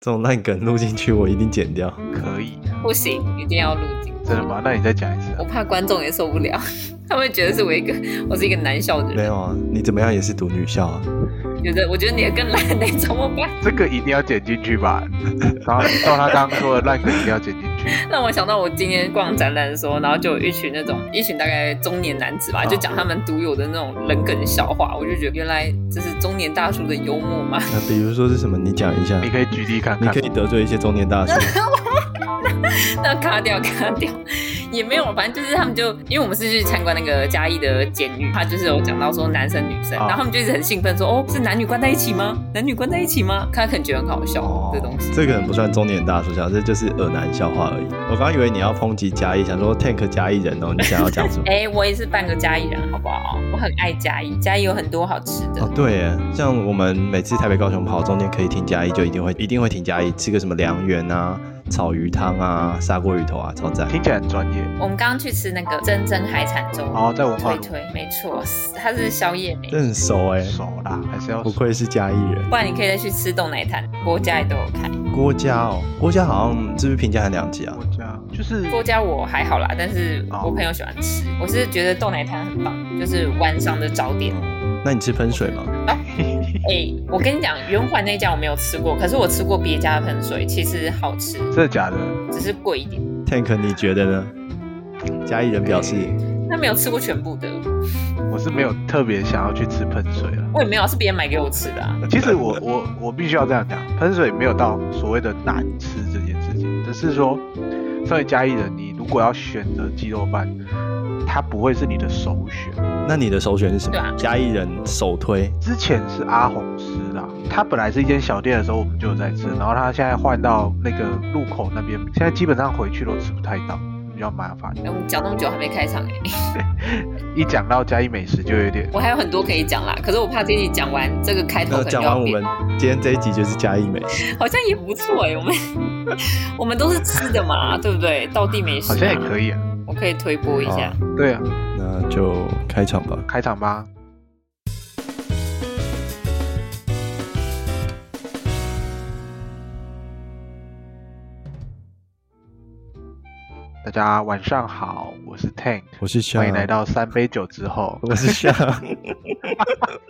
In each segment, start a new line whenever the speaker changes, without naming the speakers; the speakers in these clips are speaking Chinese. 这种烂梗录进去，我一定剪掉。
可以，
不行，一定要录进。
真的吗？那你再讲一次啊、
我怕观众也受不了， 他们会觉得是我一个我是一个男校的
没
人，
有啊，你怎么样也是读女校啊？
觉得我觉得你也更烂，那怎么办？
这个一定要剪进去吧？ 然后照他刚刚说的烂梗一定要剪进去。
让我想到我今天逛展览的时候，然后就有一群那种一群大概中年男子吧，
啊
就讲他们独有的那种人梗笑话，我就觉得原来这是中年大叔的幽默嘛。
那比如说是什么？你讲一下
你，可以举例看
你
看
可。以得罪一些中年大叔。
那卡掉卡掉， 也没有，反正就是他们就因为我们是去参观那个嘉义的监狱，他就是有讲到说男生女生，
啊
然后他们就一直很兴奋说哦是男女关在一起吗？男女关在一起吗？他可能觉得很好笑、 这东西。
哦这可能不算中年大叔笑，这就是恶男笑话而已。我刚以为你要抨击嘉义，想说 tank 嘉义人哦，你想要讲什么？
哎、我也是半个嘉义人，好不好？我很爱嘉义，嘉义有很多好吃的。
哦，对耶，像我们每次台北、高雄跑，中间可以停嘉义，就一定会一定会停嘉义，吃个什么凉圆啊、炒鱼汤啊、砂锅鱼头啊，超赞。
听起来很专业。
我们刚刚去吃那个真真海产粥，
哦，在文化
推
路
推，没错，它是宵夜美
这。很熟哎，
熟啦，还是要
不愧是嘉义人。
不然你可以再去吃豆奶摊，郭家也都有开。
郭嘉哦，郭嘉好像是不是评价很两极啊
国？家，就是
郭家我还好啦，但是
哦
我朋友喜欢吃，我是觉得豆奶摊很棒，就是晚上的早点。
那你吃喷水吗？
哎、我跟你讲，圆环那家我没有吃过，可是我吃过别家的喷水，其实好吃，
真的假的？
只是贵一点。
Tank，你觉得呢？嘉义人表示，
他没有吃过全部的，
我是没有特别想要去吃喷水了。
我也没有，是别人买给我吃的、啊。
其 实我我我必须要这样讲，喷水没有到所谓的难吃这件事情，只是说，身为嘉义人，你如果要选择鸡肉饭，它不会是你的首选。
那你的首选是什
对啊
么？嘉义人首推
之前是阿红师啦，它本来是一间小店的时候，我们就有在吃，然后它现在换到那个路口那边，现在基本上回去都吃不太到，比较麻烦。
哎、我们讲那么久还没开场哎、
一讲到嘉义美食就有点
我还有很多可以讲啦，可是我怕这一集讲完这个开
那
头可能
讲
又要
完我
变
们今天这一集就是嘉义美食，
好像也不错哎、我们我们都是吃的嘛，对不对？道地美食、
好像也可
以，
以、啊。
我可以推播一
哦
下。
对啊，
那就开场吧。
开场吧。大家晚上好，我是 Tank，
我是夏
欢，迎来到三杯酒之后。
我是夏。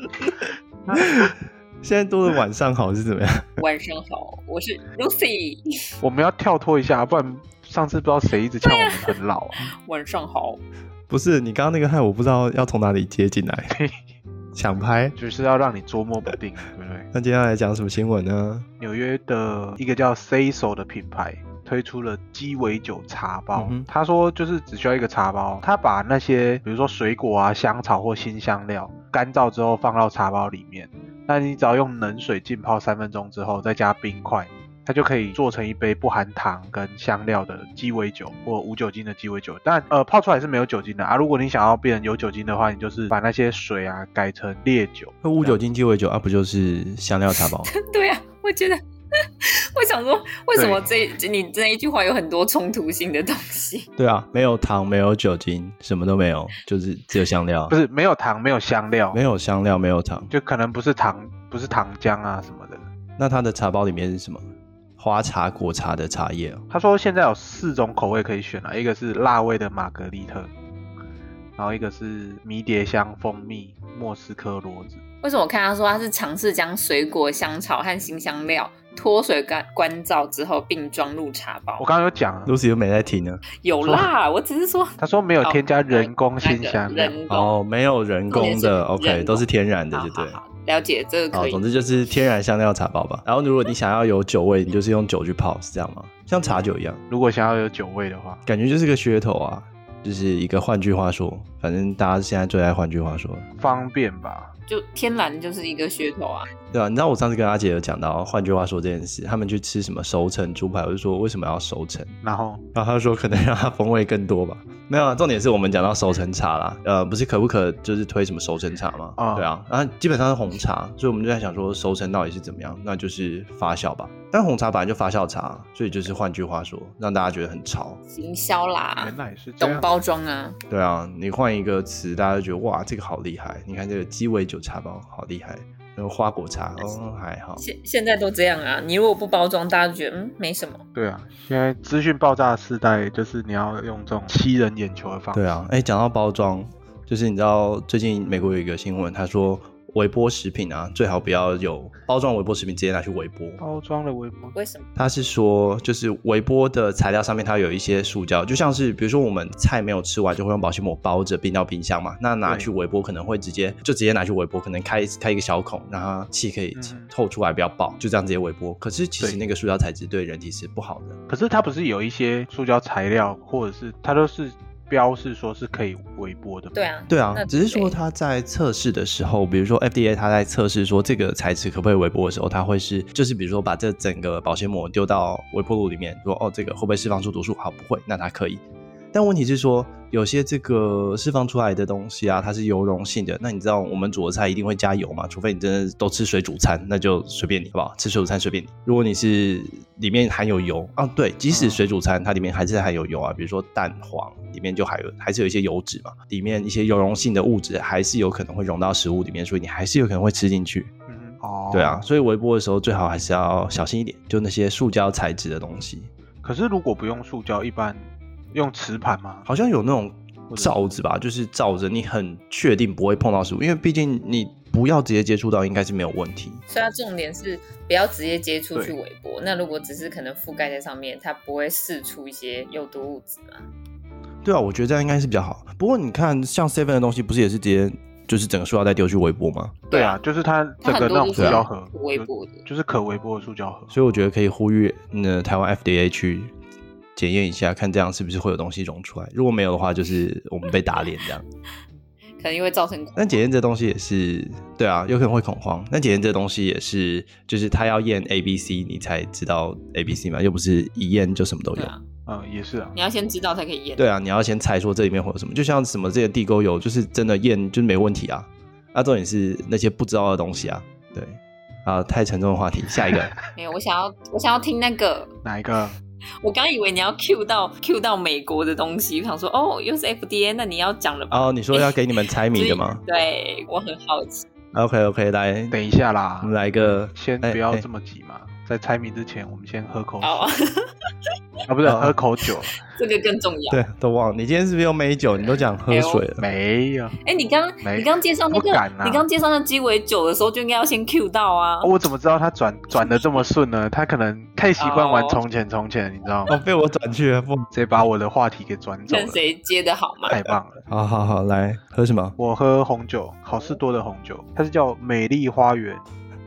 现在多的晚上好是怎么样？
晚上好，我是 Lucy。
我们要跳脱一下，不然上次不知道谁一直呛我们很老啊。
晚上好，
不是你刚刚那个害我不知道要从哪里接进来，想拍。
就是要让你捉摸不定，对不对？
那今天要来讲什么新闻呢？
纽约的一个叫 Say So 的品牌推出了鸡尾酒茶包
嗯哼。
他、说，就是只需要一个茶包，他把那些比如说水果啊、香草或新香料干燥之后放到茶包里面，那你只要用冷水浸泡三分钟之后，再加冰块。它就可以做成一杯不含糖跟香料的鸡尾酒或无酒精的鸡尾酒，但呃泡出来是没有酒精的啊。如果你想要变成有酒精的话，你就是把那些水啊改成烈酒，
那无酒精鸡尾酒啊，不就是香料茶包？
对啊，我觉得，我想说，为什么这
对
你这一句话有很多冲突性的东西？
对啊，没有糖，没有酒精，什么都没有，就是只有香料
不，是没有糖，没有香料，
没有香料，没有糖。
就可能不是糖，不是糖浆啊什么的。
那它的茶包里面是什么？花茶、果茶的茶叶哦。
他说现在有四种口味可以选了、啊一个是辣味的玛格丽特，然后一个是迷迭香蜂蜜莫斯科骡子，
为什么我看他说他是尝试将水果、香草和新香料脱水干干燥之后并装入茶
我
包？
刚刚有讲啊，
Lucy 又没在听呢。
有啦，我只是说哦
他说没有添加人工
那
新
个
香料，
人工。
哦，没有人工
重点是
的，OK，
人工
都是天然的，
好
就对
好。好，了解这个
好，
可以
总。之就是天然香料茶包吧。然后如果你想要有酒味，你就是用酒去泡，是这样吗？像茶酒一样，
如果想要有酒味的话，
感觉就是个噱头啊，就是一个换句话说，反正大家现在最爱换句话说了。
方便吧？
就天然就是一个噱头啊，
对啊，你知道我上次跟阿姐有讲到，换句话说这件事，他们去吃什么熟成猪排，我就说为什么要熟成？
然后
然后他说可能让它风味更多吧。 没有啊，重点是我们讲到熟成茶啦，呃，不是可不可就是推什么熟成茶吗？
啊
对啊，然后基本上是红茶，所以我们就在想说熟成到底是怎么样，那就是发酵吧。但红茶本来就发酵茶，所以就是换句话说，让大家觉得很潮。
行销啦
原，来是这
懂
样。
包装啊。
对啊，你换一个词，大家就觉得哇，这个好厉害。你看这个鸡尾酒茶包好厉害，那个花果茶哦还好，
现现在都这样啊，你如果不包装，大家就觉得嗯没什么。
对啊，现在资讯爆炸的时代，就是你要用这种吸人眼球的方式。
对啊，哎，讲到包装，就是你知道最近美国有一个新闻，他说微波食品啊，最好不要有包装微波食品，直接拿去微波。
包装的微波，
为什么？
他是说，就是微波的材料上面它有一些塑胶，就像是比如说我们菜没有吃完，就会用保鲜膜包着冰到冰箱嘛。那拿去微波可能会直接就直接拿去微波，可能开开一个小孔，让它气可以
嗯
透出来，不要爆，就这样直接微波。可是其实
对
那个塑胶材质对人体是不好的。
可是它不是有一些塑胶材料，或者是它都是标示说是可以微波的吗？
对啊，
对啊
那，
只是说它在测试的时候，比如说 FDA 它在测试说这个材质可不可以微波的时候，它会是就是比如说把这整个保鲜膜丢到微波炉里面，说哦这个会不会释放出毒素？好，不会，那它可以。但问题是说，有些这个释放出来的东西啊，它是油溶性的。那你知道我们煮的菜一定会加油嘛？除非你真的都吃水煮餐，那就随便你，好不好？吃水煮餐随便你。如果你是里面含有油啊，对，即使
嗯
水煮餐它里面还是含有油啊，比如说蛋黄里面就还有还是有一些油脂嘛，里面一些油溶性的物质还是有可能会溶到食物里面，所以你还是有可能会吃进去。
嗯哼，哦，
对啊，。所以微波的时候最好还是要小心一点，就那些塑胶材质的东西。
可是如果不用塑胶，一般用瓷盘吗？
好像有那种
或者
罩子吧，就是罩着你很确定不会碰到食物，因为毕竟你不要直接接触到，应该是没有问题。
所以它重点是不要直接接触
对
去微波。那如果只是可能覆盖在上面，它不会释出一些有毒物质嘛？
对啊，我觉得这样应该是比较好。不过你看，像 Seven 的东西不是也是直接就是整个塑料袋丢去微波吗？
对啊，，就是它整个那种塑胶盒
它很多都是可，微波的
就就是可微波的塑胶盒。
所以我觉得可以呼吁那台湾 FDA 去检验一下，看这样是不是会有东西溶出来。如果没有的话，就是我们被打脸这样。
可能因为造成恐
但检验这东西也是，对啊，有可能会恐慌。但检验这东西也是，就是他要验 A、B、C，你才知道 A、B、C 嘛，又不是一验就什么都有
对。啊，
嗯，也是啊。
你要先知道才可以验。
对啊，你要先猜说这里面会有什么，就像什么这些地沟油，就是真的验就是没问题啊。那、重点是那些不知道的东西啊，对啊，太沉重的话题，下一 个
没有，我想要我想要听那个，
哪一个？
我刚以为你要 Q 到 Q 到美国的东西，我想说哦，又是 FDA，那你要讲了吧？
哦，你说要给你们猜谜的 吗
对，我很好奇。
？OK OK，来，
等一下啦
我，们嗯来一个，
先
哎
不要
哎
这么急嘛。在猜谜之前，我们先喝口水
哦
啊，，不是
哦
喝口酒。
这个更重要。
对，都忘了，你今天是不是又没酒？你都讲喝水了。
没有，
哎，你刚
没
你刚介绍那
不
个，
敢啊哦
你刚介绍那鸡尾酒的时候，就应该要先 Q 到啊。
我怎么知道他转转的这么顺呢？他可能太习惯玩
哦
从前从前，你知道吗？
哦，被我转去了，不，
直接把我的话题给转走了
看，谁接的好嘛？
太棒了。
好好好，来喝什么？
我喝红酒，好事多的红酒，它是叫美丽花园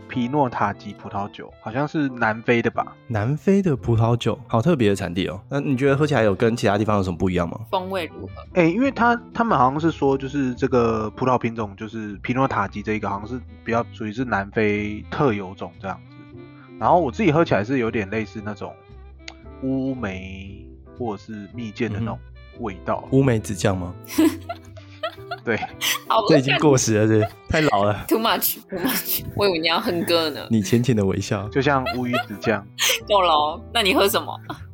皮诺塔吉葡萄酒，好像是南非的吧？
南非的葡萄酒，好特别的产地哦。那你觉得喝起来有跟其他地方有什么不一样吗？
风味如何？
哎、因为它他们好像是说，就是这个葡萄品种就是皮诺塔吉这一个，好像是比较属于是南非特有种这样子。然后我自己喝起来是有点类似那种乌梅或者是蜜饯的那种
嗯
味道，
乌梅子酱吗？
对，
好，
这已经过时了是不是太老了。
too much，too much。我以为你要哼歌呢，
你浅浅的微笑。
就像乌鱼子酱。
够了哦。那你喝什么？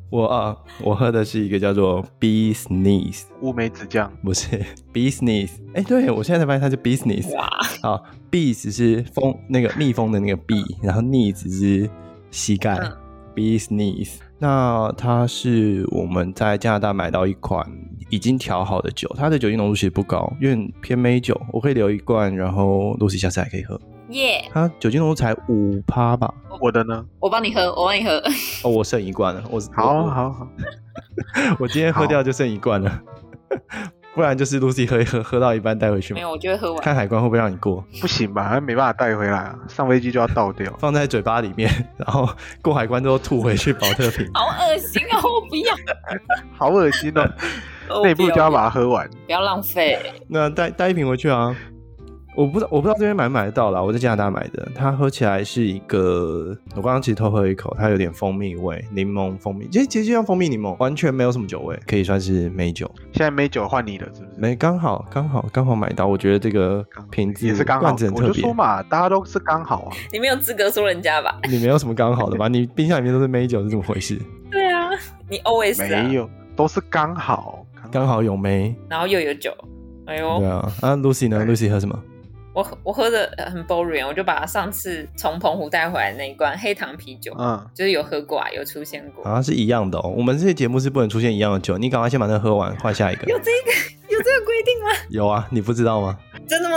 我啊，我喝的是一个叫做 Bee Sneeze，
乌梅子酱，
不是 Bee Sneeze。哎，对我现在才发现它是 Bee Sneeze。
哇，
好，Bee 只是蜂那个蜜蜂的那个 bee，然后 knee 只是膝盖、
嗯
Bee Sneeze。那它是我们在加拿大买到一款已经调好的酒，它的酒精浓度其实不高，有点偏美酒。我可以留一罐，然后露西下次还可以喝。
耶！
它酒精浓度才五趴吧？
我的呢？
我帮你喝，我帮你喝。
哦，我剩一罐了。我
啊
好啊
我
好好，
我今天喝掉就剩一罐了， 不然就是 Lucy 喝一喝，喝到一半带回去嘛
没。有，我就会喝完。。
看海关会不会让你过，
不行吧？那没办法带回来啊，上飞机就要倒掉。
放在嘴巴里面，然后过海关之后吐回去保特瓶
好恶心啊！我不要，
好恶心 哦！
我
内部
不
就要把它喝完。
不要浪费。
那带带一瓶回去啊！我不知道我不知道这边买不买得到啦，我在加拿大买的，它喝起来是一个，我刚刚其实偷喝一口，它有点蜂蜜味，柠檬蜂蜜，其实其实就像蜂蜜柠檬，完全没有什么酒味，可以算是美酒，
现在美酒换你了，是不是？
没刚好刚好刚好买到，我觉得这个瓶子
也是刚好，
罐子很
我
特
就
别
说，嘛，大家都是刚好啊。
你没有资格说人家 吧？
你没有什么刚好的吧？你冰箱里面都是美酒是怎么回事？
对啊，你 always 啊
没有，都是刚好。
刚好有梅，
然后又有酒，
对
哎呦，哦
啊。啊，Lucy 呢
对
哎
？Lucy 喝什么？
我我喝我喝的很 boring，我就把上次从澎湖带回来的那一罐黑糖啤酒，
嗯，
就是有喝过啊，有出现过。
好像是一样的哦。我们这些节目是不能出现一样的酒，你赶快先把那喝完，换下一个。
有这个有这个规定吗？
有啊，你不知道吗？
真的吗？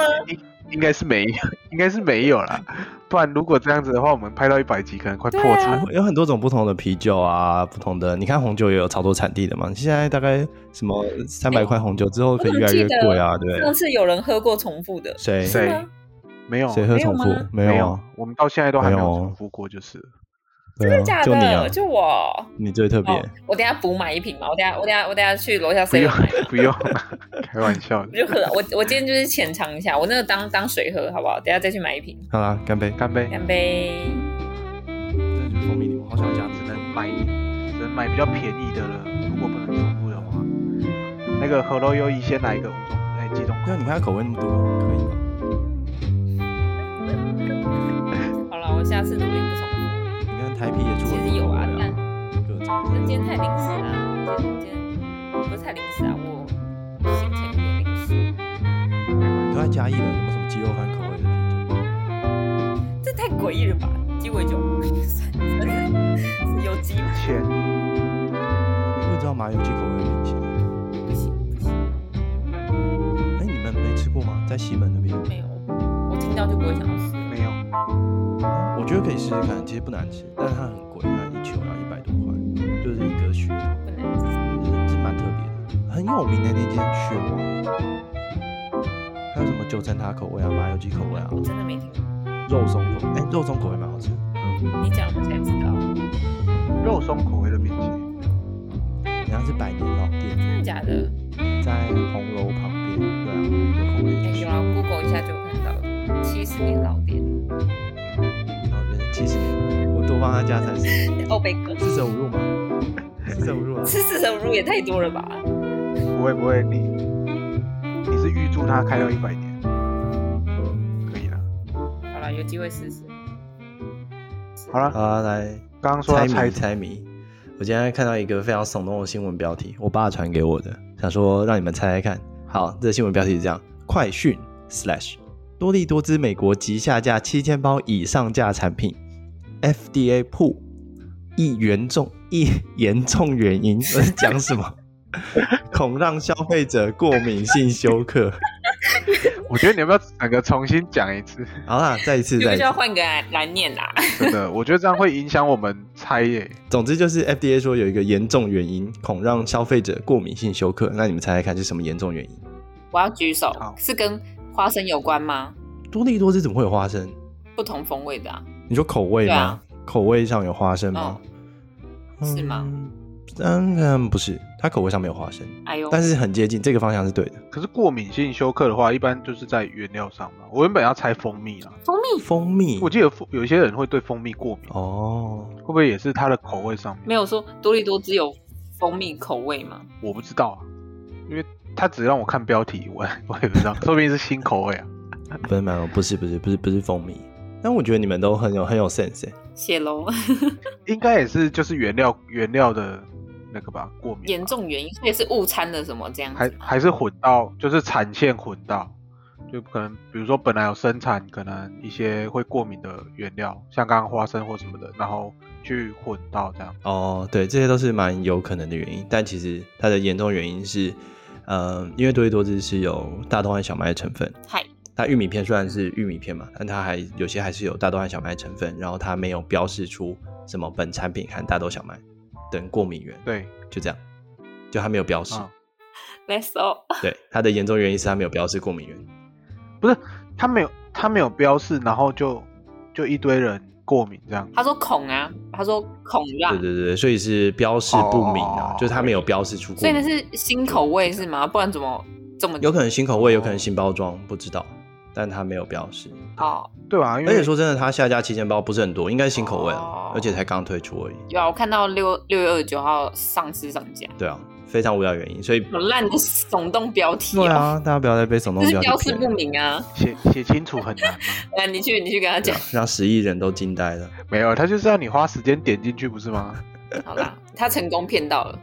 应该是没， 应该是没有啦。不然如果这样子的话，我们拍到一百集可能快破产。
对
有很多种不同的啤酒啊，不同的。你看红酒也有超多产地的嘛。现在大概什么三百块红酒之后可以越来越贵啊，对不对
上？次有人喝过重复的，
谁
谁
是吗
没有，啊
谁喝重复
没有吗？
没
没
有啊，
我们到现在都还没有
没有啊
重复过，就是了
真
真的假
就你啊
的？，就我。
你最特别。
哦，我等一下补买一瓶嘛，我等一下我等一下我等一下去楼下
不
C
用
买，
不用，开玩笑
我
的，
就喝。我我今天就是浅尝一下，我那个当当水喝好不好？等一下再去买一瓶，
好啦，干杯！
干杯。
干杯。
真的是蜂蜜柠檬，好想加
只能买，只能买比较便宜的了。如果不能重复的话，那个和肉优一先来一个五种，哎，几种
对啊，你看它口味那么多，可以吧？
好了，我下次努力不重复。
你看台啤也出了
其实有啊
口味各种。
那今天太零食了，今天今天不是太零食啊，我先前有点零食，
你都在嘉义了，有没有什么鸡肉饭口味的啤酒？
这太诡异了吧？鸡尾酒， 算了是有鸡吗？
钱
不知道麻油鸡口味的冰淇淋。
不行不行，
哎，你们没吃过吗？在西门那边，
没有，我听到就不会想吃。
没有，
我觉得可以试试看，其实不难吃，但是它很贵，它一球要一百多块，就是一个噱头，
不能吃，
就是是蛮特别的，很有名的那间血王。还有什么九层塔口味啊，麻油鸡口味啊，
我真的没听过。
肉松口味，哎，肉松口味蛮好吃。
你讲我才知道，
肉松口味的冰淇淋，
好像是百年老店，
真的假的？
在红楼旁边，对啊，有口味
哎、
也
有
是，
啊，Google 一下就看到了，七十年老店，
然后就是七十年，我多帮他加三十，
欧贝格，
四舍五入吗？ 四舍五入啊。
吃四舍五入也太多了吧？
不会不会，你你是预祝它开到一百年，可以了。
好了，有机会试试。
好了，
好，啊来
刚刚说
呃猜
到
谜
猜
猜谜。我今天看到一个非常耸动的新闻标题，我爸传给我的，想说让你们猜猜看。好，这个新闻标题是这样：快讯 slash 多利多兹美国及下架七千包以上架产品，FDA 铺一严重一严重原因，这是讲什 么？恐让消费者过敏性休克。
我觉得你要不要整个重新讲一次？
好啦，再一次，
就
再一
必须
次
要。换个来来念啦。
真的，我觉得这样会影响我们猜耶。
总之就是 FDA 说有一个严重原因，恐让消费者过敏性休克。那你们猜猜看是什么严重原因？
我要举手
好，
是跟花生有关吗？
多利多汁怎么会有花生？
不同风味的、啊，
你说口味吗？
对啊
口味上有花生吗？
嗯是吗
嗯？嗯，不是，它口味上没有花生，
哎呦，
但是很接近，这个方向是对的。
可是过敏性休克的话，一般就是在原料上嘛。我原本要猜蜂蜜啦，
蜂蜜
蜂蜜，
我记得蜂有些人会对蜂蜜过敏，
哦，
会不会也是它的口味上面？
没有说多利多只有蜂蜜口味吗？
我不知道啊，因为他只让我看标题，我 我也不知道，说不定是新口味啊。
不是，没有，不是，不是，不是，不是蜂蜜。但我觉得你们都很有很有 sense，欸
谢喽，
应该也是就是原料原料的那个吧，过敏吧
严重原因，所以是误掺了什么这样
还
子吗？
还是混到就是产线混到，就可能比如说本来有生产可能一些会过敏的原料，像刚刚花生或什么的，然后去混到这样。
哦，对，这些都是蛮有可能的原因，但其实它的严重原因是，呃，因为多利多汁是有大豆和小麦的成分，
嗨，
它玉米片虽然是玉米片嘛，但它还有些还是有大豆和小麦的成分，然后它没有标示出什么本产品含大豆、小麦等过敏源，
对
就这样，就它没有标示。
嗯
啊，
，Let's go，
对，它的严重原因是它没有标示过敏 源。
他没有他没有标示，然后就就一堆人过敏这样。
他说恐啊，他说恐让
对，对对，所以是标示不明啊，
哦
就是它没有标示出过
所以
敏
那是新口味是吗？不然怎么这么
有可能新口味，有可能新包装，不知道，但它没有标示。
哦？
对啊，因
而
为
且说真的，它下架期间包不是很多，应该是新口味啊，
哦
而且才刚推出而已。
有啊，我看到六六月二十九号上市上架，
对啊，非常无聊的原因，所以
好烂的耸动标题
对
哦，
啊，大家不要再被耸动
这是
标
标
题
示
骗了。
不明啊。
写写清楚很难。
来，你去你去跟他
对
讲
啊，让十亿人都惊呆了。
没有，他就是要你花时间点进去，不是吗？
好啦，他成功骗到了，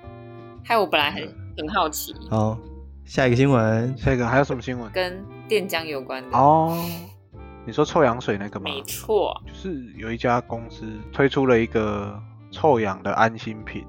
害我本来很很好奇，
好，下一个新闻，
下一个还有什么新闻？
跟电浆有关的。
哦，你说臭氧水那个吗？
没错，
就是有一家公司推出了一个臭氧的安心品，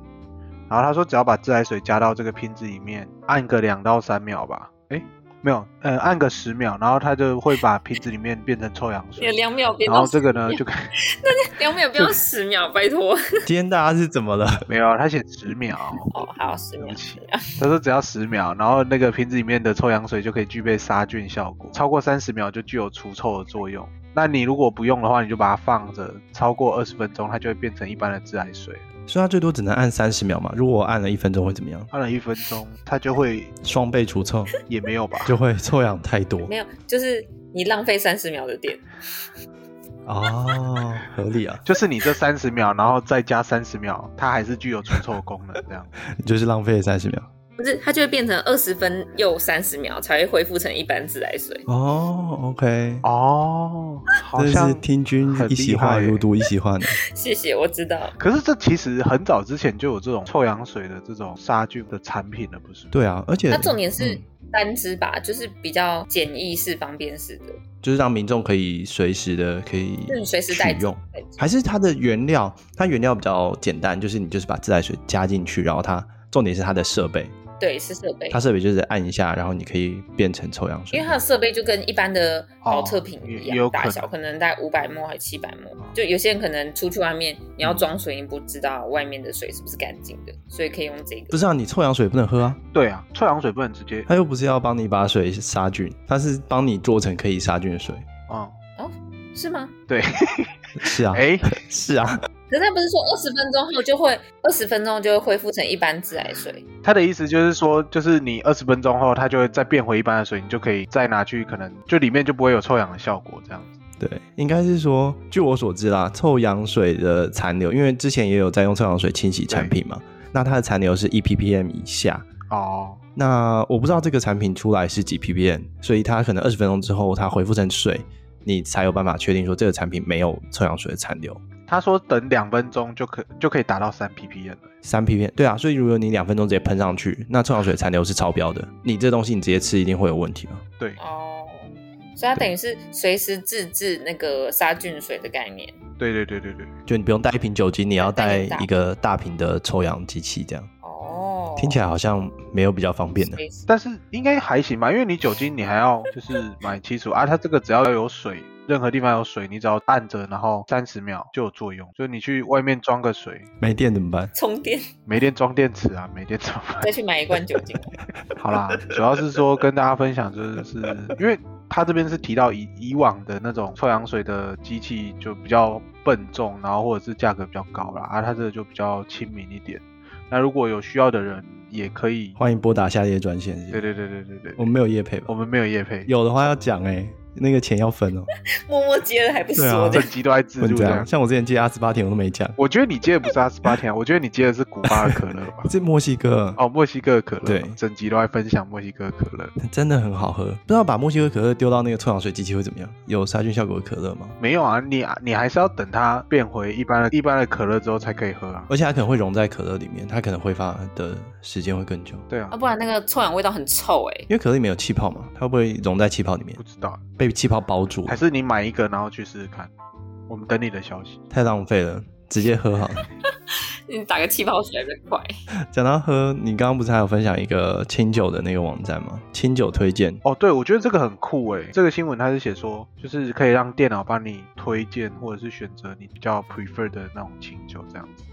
然后他说只要把自来水加到这个瓶子里面，按个两到三秒吧，诶，没有，呃，按个十秒，然后它就会把瓶子里面变成臭氧
有
水。
两秒变
然
到
后
十
这个呢，就可以
两秒变到十秒，拜托。
今天大家是怎么了？
没有，他写十秒，
哦，好，十
对
秒
不。起，他说只要十秒，然后那个瓶子里面的臭氧水就可以具备杀菌效果，超过三十秒就具有除臭的作用。那你如果不用的话，你就把它放着，超过二十分钟，它就会变成一般的自来水。
所以它最多只能按三十秒嘛。如果我按了一分钟会怎么样？
按了一分钟，它就会
双倍除臭，
也没有吧？
就会 臭氧太多
没有，就是你浪费三十秒的电。
哦，合理啊，
就是你这三十秒，然后再加三十秒，它还是具有除臭功能。这样，
你就是浪费了三十秒。
不是，它就会变成二十分又三十秒才会恢复成一般自来水。
哦，OK，
哦，好
这是
像
听君
很
一席
厉
话
害欸
入
耶
读一席话呢。
谢谢，我知道。
可是这其实很早之前就有这种臭氧水的这种杀菌的产品了，不是？
对啊，而且
它重点是
嗯
单支吧，就是比较简易式、方便式的，
就是让民众可以随时的可以
就是你嗯随时带
取
走
用。。还是它的原料，它原料比较简单，就是你就是把自来水加进去，然后它重点是它的设备，
对，是设备
它，设备就是按一下，然后你可以变成臭氧水。
因为它的设备就跟一般的保特瓶
哦
一
也也有可能
样大小，可能大概五百沫还七百
哦
沫。就有些人可能出去外面，你
嗯
要装水，你不知道外面的水是不是干净的，所以可以用这
不
个。
是啊，你臭氧水不能喝啊，
对啊，臭氧水不能直接，
它又不是要帮你把水杀菌，它是帮你做成可以杀菌的水。
嗯，
是吗？
对，
是啊，
哎、
是啊，
可是他不是说二十分钟后就会二十分钟就会恢复成一般自来水？
嗯
他的意思就是说，就是你二十分钟后，它就会再变回一般的水，你就可以再拿去，可能就里面就不会有臭氧的效果这样子。
对，应该是说，据我所知啦，臭氧水的残留，因为之前也有在用臭氧水清洗产品嘛，那它的残留是一 ppm 以下。
哦，
那我不知道这个产品出来是几 ppm，所以它可能二十分钟之后它恢复成水，你才有办法确定说这个产品没有臭氧水的残留。
他说等两分钟就可就可以达到三 ppm 了。
三 ppm，对啊，所以如果你两分钟直接喷上去，那臭氧水残留是超标的，你这东西你直接吃一定会有问题吗？
对，
哦，所以它等于是随时自制那个杀菌水的概念。
对对对对对，
就你不用带一瓶酒精，你要带
带一大
一个大瓶的抽氧机器，这样
哦，
听起来好像没有比较方便的。
随时
但是应该还行吧，因为你酒精你还要就是买七十五啊，它这个只要有水，任何地方有水，你只要按着，然后三十秒就有作用。就你去外面装个水，
没电怎么办？
充电，
每天装电池啊，每天装。
再去买一罐酒精。
好啦，主要是说跟大家分享，就是因为他这边是提到以以往的那种臭氧水的机器就比较笨重，然后或者是价格比较高啦，啊，它这个就比较亲民一点。那如果有需要的人也可以，
欢迎拨打下列专线。是不是
对对对对对对，
我们没有夜配吧
我？们没有业配，
有的话要讲哎、那个钱要分哦、
默默接了还不说，
对
整
啊
集都在自
不
助
能
这
这
样
样。。像我之前接阿斯巴甜我都没讲，。
我觉得你接的不是阿斯巴甜，我觉得你接的是古巴的可乐吧
这墨西哥
哦，墨西哥的可乐，
对
整集都在分享墨西哥的可乐，
真的很好喝，不知道把墨西哥可乐丢到那个臭氧水机器会怎么样？有杀菌效果的可乐吗？
没有啊，你你还是要等它变回一般的一般的可乐之后才可以喝啊。
而且它可能会溶在可乐里面，它可能挥发的时间会更久，
对啊
要、，不然那个臭氧味道很臭哎、
因为可乐里面有气泡嘛，它会不会溶在气泡里面
不，知道，
被气泡包住？
还是你买一个然后去试试看。我们等你的消息。
太浪费了，直接喝好了。
你打个气泡水比较快。
讲到喝，你刚刚不是还有分享一个清酒的那个网站吗？清酒推荐，
哦，对，我觉得这个很酷诶。这个新闻它是写说，就是可以让电脑帮你推荐或者是选择你比较 prefer 的那种清酒这样子。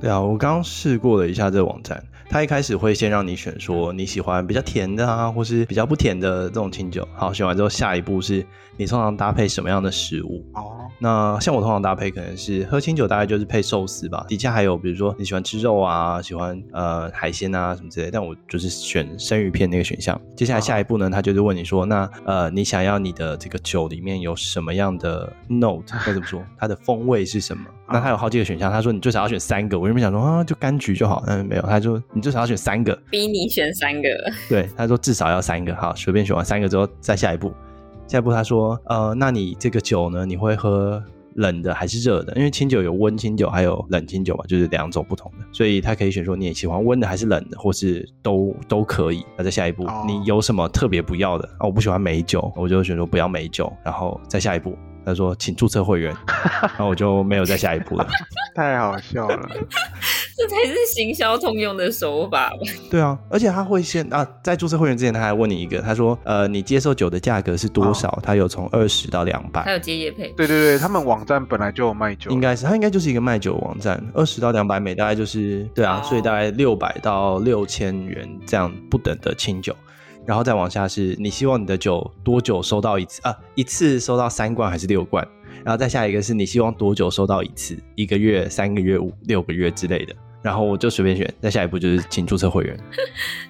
对啊，我刚刚试过了一下这个网站，它一开始会先让你选说你喜欢比较甜的啊，或是比较不甜的这种清酒。好，选完之后，下一步是你通常搭配什么样的食物？
哦，
那像我通常搭配可能是喝清酒，大概就是配寿司吧，底下还有比如说你喜欢吃肉啊，喜欢呃海鲜啊什么之类的，但我就是选生鱼片那个选项。接下来
啊
下一步呢，他就是问你说，那呃你想要你的这个酒里面有什么样的 note，该怎么说，它的风味是什么？那他有好几个选项，他说你最少要选三个，我原本想说啊就柑橘就好，嗯没有，他说你最少要选三个，
逼你选三个，
对，他说至少要三个，好，随便选完三个之后再下一步。下一步他说，呃，那你这个酒呢，你会喝冷的还是热的，因为清酒有温清酒还有冷清酒嘛，就是两种不同的，所以他可以选说你喜欢温的还是冷的，或是都都可以。那在下一步
哦
你有什么特别不要的啊？我不喜欢美酒，我就选说不要美酒，然后再下一步。他说：“请注册会员。”然后我就没有再下一步了。
太好笑了。
这才是行销通用的手法吧？
对啊，而且他会先啊，在注册会员之前，他还问你一个，他说：“呃，你接受酒的价格是多少？”他有从二十到两百
还，有接业配，
对对对，他们网站本来就有卖酒，
应该是，它应该就是一个卖酒网站，二十到两百美，大概就是对啊
哦
所以大概六百到六千元这样不等的清酒，然后再往下是你希望你的酒多久收到一次啊？一次收到三罐还是六罐？然后再下一个是你希望多久收到一次？一个月、三个月、五六个月之类的。然后我就随便选，再下一步就是请注册会 员，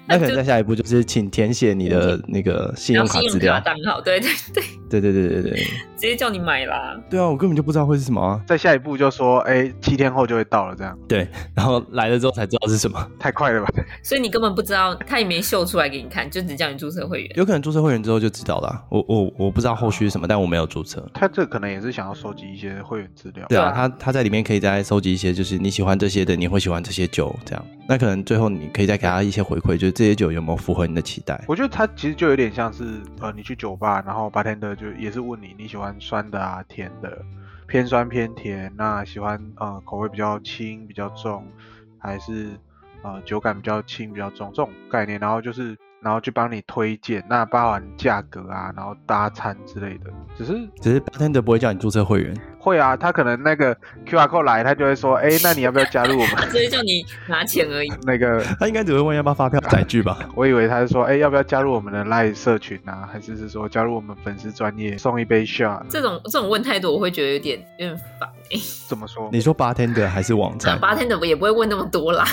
那可能再下一步就是请填写你的那个信用
然
卡
后
资
信用
料
卡。账号，对对对，
对对对对对，
直接叫你买啦。
对啊，我根本就不知道会是什么啊。
再下一步就说，哎，七天后就会到了，这样
对，然后来了之后才知道是什么。
太 快了吧？
所以你根本不知道，他也没秀出来给你看，就只叫你注册会员。
有可能注册会员之后就知道了啊、我我我不知道后续是什么，但我没有注册。
他这可能也是想要收集一些会员资料。
对啊，
对
他他在里面可以再收集一些，就是你喜欢这些的，你会喜欢这些酒，这样。那可能最后你可以再给他一些回馈，就是这些酒有没有符合你的期待？
我觉得他其实就有点像是，呃，你去酒吧，然后 bartender 就也是问你你喜欢酸的啊、甜的，偏酸偏甜，那喜欢呃口味比较轻、比较重，还是呃酒感比较轻、比较重这种概念，然后就是然后去帮你推荐，那包含价格啊，然后搭餐之类的。只是
只是 bartender 不会叫你注册会员，
会啊，他可能那个 QR code 来，他就会说，哎，那你要不要加入我们
直接叫你拿钱而已，
那个？
他应该只会问要不要发票载具吧？
我以为他是说，哎，要不要加入我们的 Live 社群啊，还是是说加入我们粉丝专业送一杯 shot？
这种这种问太多，我会觉得有点有点烦、欸。
怎么 说？
你说 bartender 还是网
那
站？
bartender 也不会问那么多啦。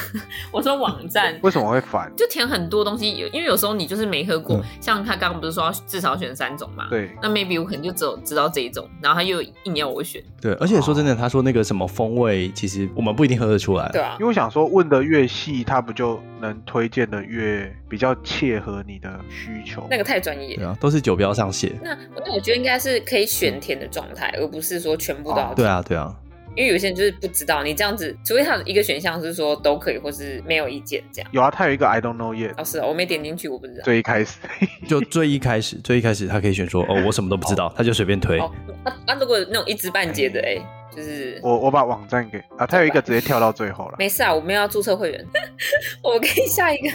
我说 网站
为什么会烦？
就填很多东西，有因为有时候你就是没喝过，
嗯
像他刚刚不是说要至少选三种嘛？。
对，
那 maybe 我可能就只有知道这一种，然后他又硬要我选，
对，而且说真的，他说那个什么风味，其实我们不一定喝得出来。
对啊
因为，我想说，问的越细，他不就能推荐的越比较切合你的需求？
那个太专业
对。啊，都是酒标上写。
那那我觉得应该是可以选甜的状态，而不是说全部都要
哦
甜
对啊，对啊，
因为有些人就是不知道，你这样子，除非他有一个选项是说都可以，或是没有意见这样。
有啊，他有一个 I don't know yet，
哦，是哦，我没点进去，我不知道。
最一开始
就最一开始，最一开始他可以选说，哦，我什么都不知道，他就随便推。
哦，那、那、如果那种一知半解的，哎、就是
我我把网站给啊，他有一个直接跳到最后了。
没事啊，我们要注册会员， 我们可以下一个，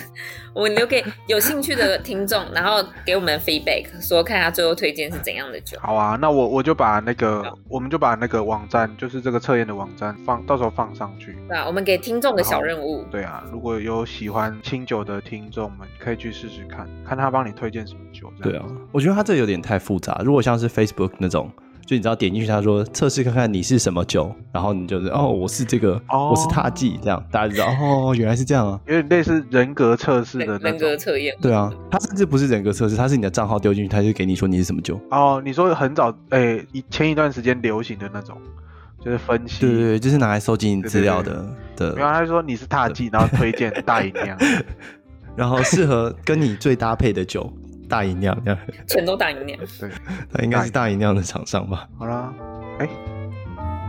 我们留给有兴趣的听众，然后给我们 feedback，说看他最后推荐是怎样的酒。
好啊，那我我就把那个，我们就把那个网站，就是这个测验的网站放，到时候放上去。
对啊，我们给听众的小任务，
对啊，如果有喜欢清酒的听众们，可以去试试看，看他帮你推荐什么酒。这
对
样
啊，我觉得它这有点太复杂。如果像是 Facebook 那种，就你知道点进去，他说测试看看你是什么酒，然后你就是哦，我是这个，
哦
我是踏剂，这样大家就知道哦，原来是这样啊。
有点类似人格测试的
人
那
人格
种。
测验。
对啊，它甚至不是人格测试，它是你的账号丢进去，它就给你说你是什么酒。
哦，你说很早，诶、以前一段时间流行的那种，就是分析。
对对对，就是拿来收集你资料的
没
的，
有，他就说你是踏剂，然后推荐大饮 量。
然后适合跟你最搭配的酒，大饮料这样，
全都打赢你，
对，
它应该是大饮料的厂商吧？
好啦，哎、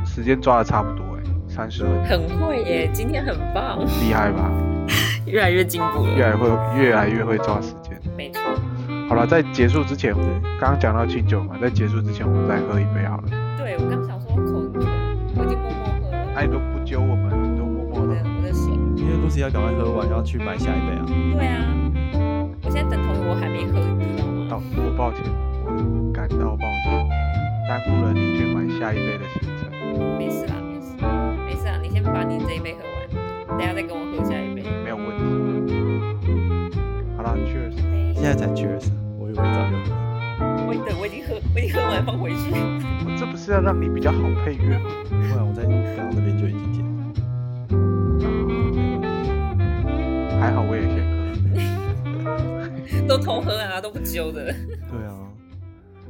时间抓的差不多、诶哎，三十分，
很会耶，今天很棒，
厉害吧？
越来越进步
越
了，
来会越来越会抓时间。
没错。
好了，在结束之前，我们刚刚讲到清酒嘛，在结束之前，我们再喝一杯好了。
对我刚想说口渴，我已经默默喝了，
那、哎你都不揪我们，你都默
我
默
的
的。
我的水。
因为 Lucy 要赶快喝完，要去买下一杯啊。
对啊，我现在等同于我还没喝，你知道吗？
道，我抱歉，我感到抱歉，耽误了你去买下一杯的行程。
没事啦，没事，没事啊，你先把你这一杯喝完，等一下再跟我喝下一杯。
没有问题。好了，Cheers。
现在才 Cheers，我以为早就喝了。
哎我对我已经喝，我已经喝完放回去。
我这不是要让你比较好配乐吗？
不然我在刚那边就已经结束。
还好我也先喝。
都偷喝啊，都不揪的。
对啊，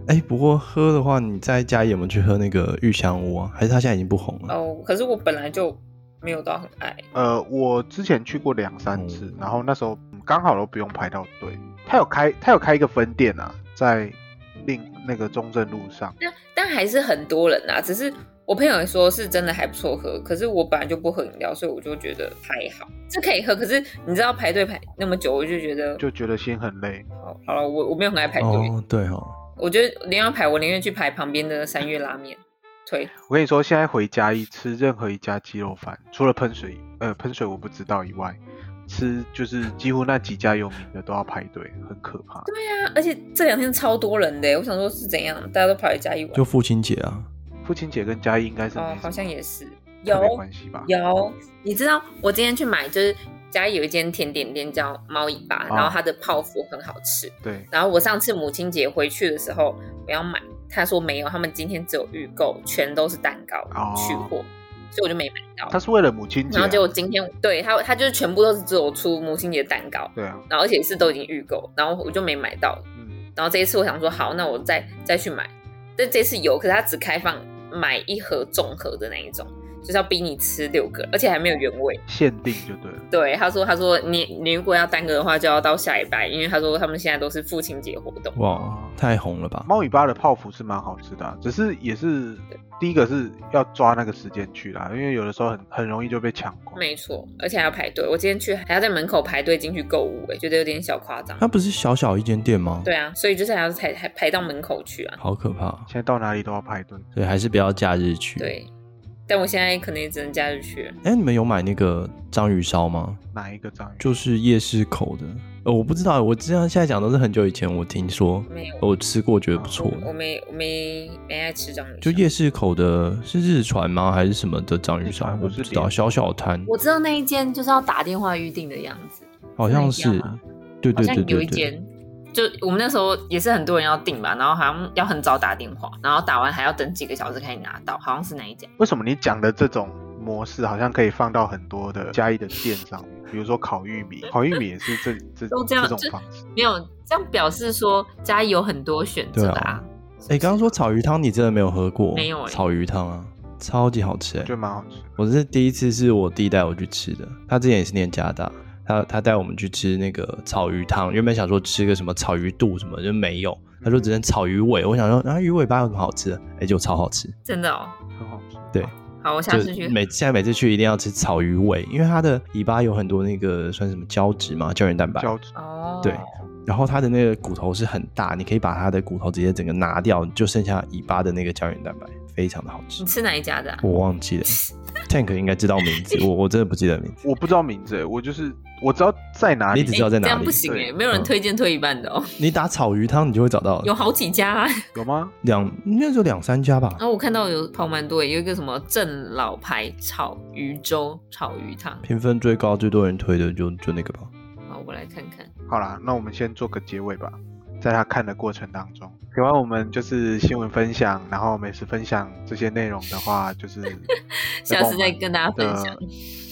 哎，不过喝的话，你在家里有没有去喝那个玉香屋啊？还是它现在已经不红了？
哦，可是我本来就没有到很爱。
呃，我之前去过两三次，然后那时候嗯刚好都不用排到队。他有开，他有开一个分店啊，在另那个中正路上。
但但还是很多人啊，只是我朋友也说是真的还不错喝，可是我本来就不喝饮料，所以我就觉得还好，这可以喝。可是你知道排队排那么久，我就觉得
就觉得心很累。
好好了，我我没有很爱排队，
哦，对哦，
我觉得连要排，我宁愿去排旁边的三月拉面。推
我跟你说，现在回家一吃任何一家鸡肉饭，除了喷水，呃，喷水我不知道以外，吃就是几乎那几家有名的都要排队，很可怕。
对啊，而且这两天超多人的，我想说是怎样，大家都跑来嘉义玩
就父亲节啊，
父亲节跟嘉义应该是没
哦
什，么
好像也是
特别
有
关系吧？
有，你知道我今天去买，就是嘉义有一间甜点店叫猫尾巴，
啊
然后它的泡芙很好吃。
对，
然后我上次母亲节回去的时候，我要买，他说没有，他们今天只有预购，全都是蛋糕
哦
去货，所以我就没买到。
他是为了母亲节、
然
啊
后，结果今天对他，他就是全部都是只有出母亲节蛋糕，
对啊，
然后而且是都已经预购，然后我就没买到。
嗯，
然后这一次我想说好，那我再再去买，但这次有，可是它只开放买一盒综合的那一种，就是要逼你吃六个，而且还没有原味。
限定就对了。
对，他说他说你你如果要单个的话，就要到下礼拜，因为他说他们现在都是父亲节活动。
哇，太红了吧？
猫尾巴的泡芙是蛮好吃的啊、只是也是第一个是要抓那个时间去啦，因为有的时候很很容易就被抢光。
没错，而且还要排队。我今天去还要在门口排队进去购物、哎，觉得有点小夸张。
它不是小小一间店吗？，
对啊，所以就是还要排排排到门口去啊。
好可怕，
现在到哪里都要排队，
所以还是不要假日去。，
对，但我现在可能也只能假日去了。
哎，你们有买那个章鱼烧吗？
哪一个章鱼？
就是夜市口的，呃，我不知道，我之前现在讲都是很久以前我听说，
没有，
我吃过觉得不错
哦我我没我没没爱吃章鱼烧。
就夜市口的是日船吗？还是什么的章鱼
日
烧？
船
我
不
不
是
知道，
连
小小摊
我知道那一间就是要打电话预定的样子，
好像
那一
是
家吗，
对
好
对
像
对
有
对
一
对，
间，就我们那时候也是很多人要订吧，然后好像要很早打电话，然后打完还要等几个小时才可以拿到，好像是哪一家？
为什么你讲的这种模式好像可以放到很多的嘉义的店上面？比如说烤玉 米，烤玉米也是这这
都这样
种
就
方式。
没有，这样表示说家有很多选择
对
啊
啊。哎，刚刚说草鱼汤你真的没有喝过？
没有哎
草鱼汤啊，超级好吃哎
就！蛮好吃的。
我是第一次是我弟带我去吃的，他之前也是念加拿大，他他带我们去吃那个草鱼汤，原本想说吃个什么草鱼肚什么，就没有，他说只能草鱼尾，我想说啊鱼尾巴有什么好吃的？哎，就超好吃，
真的哦。
很好吃。
对
好，我下
就
次去。
每现在每次去一定要吃草鱼尾，因为它的尾巴有很多那个算什么胶质嘛，胶原蛋白，
胶质
哦，
对然后它的那个骨头是很大，你可以把它的骨头直接整个拿掉，就剩下尾巴的那个胶原蛋白，非常的好吃
你。吃哪一家的啊、
我忘记了，Tank 应该知道名字，我我真的不记得名字。
我不知道名字，我就是我知道在哪里
你。只知道在
这
哪
样
里
不行哎、
对
没有人
嗯
推荐推一半 的哦，
你打草鱼汤，你就会找到
有好几家、啊。
有吗？
两，应该就两三家吧。
然后我看到有跑蛮多欸耶，有一个什么郑老牌炒鱼粥、炒鱼汤。
评分最高、最多人推的就就那个吧。
好，我来看看。
好啦，那我们先做个结尾吧。在他看的过程当中，喜欢我们就是新闻分享，然后美食分享这些内容的话，就是
下次再跟大家
啊
分享。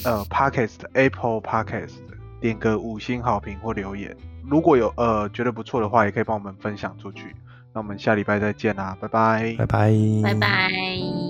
呃，Podcast Apple Podcast 点个五星好评或留言，如果有呃觉得不错的话，也可以帮我们分享出去。那我们下礼拜再见啦，拜拜
拜拜，
拜拜。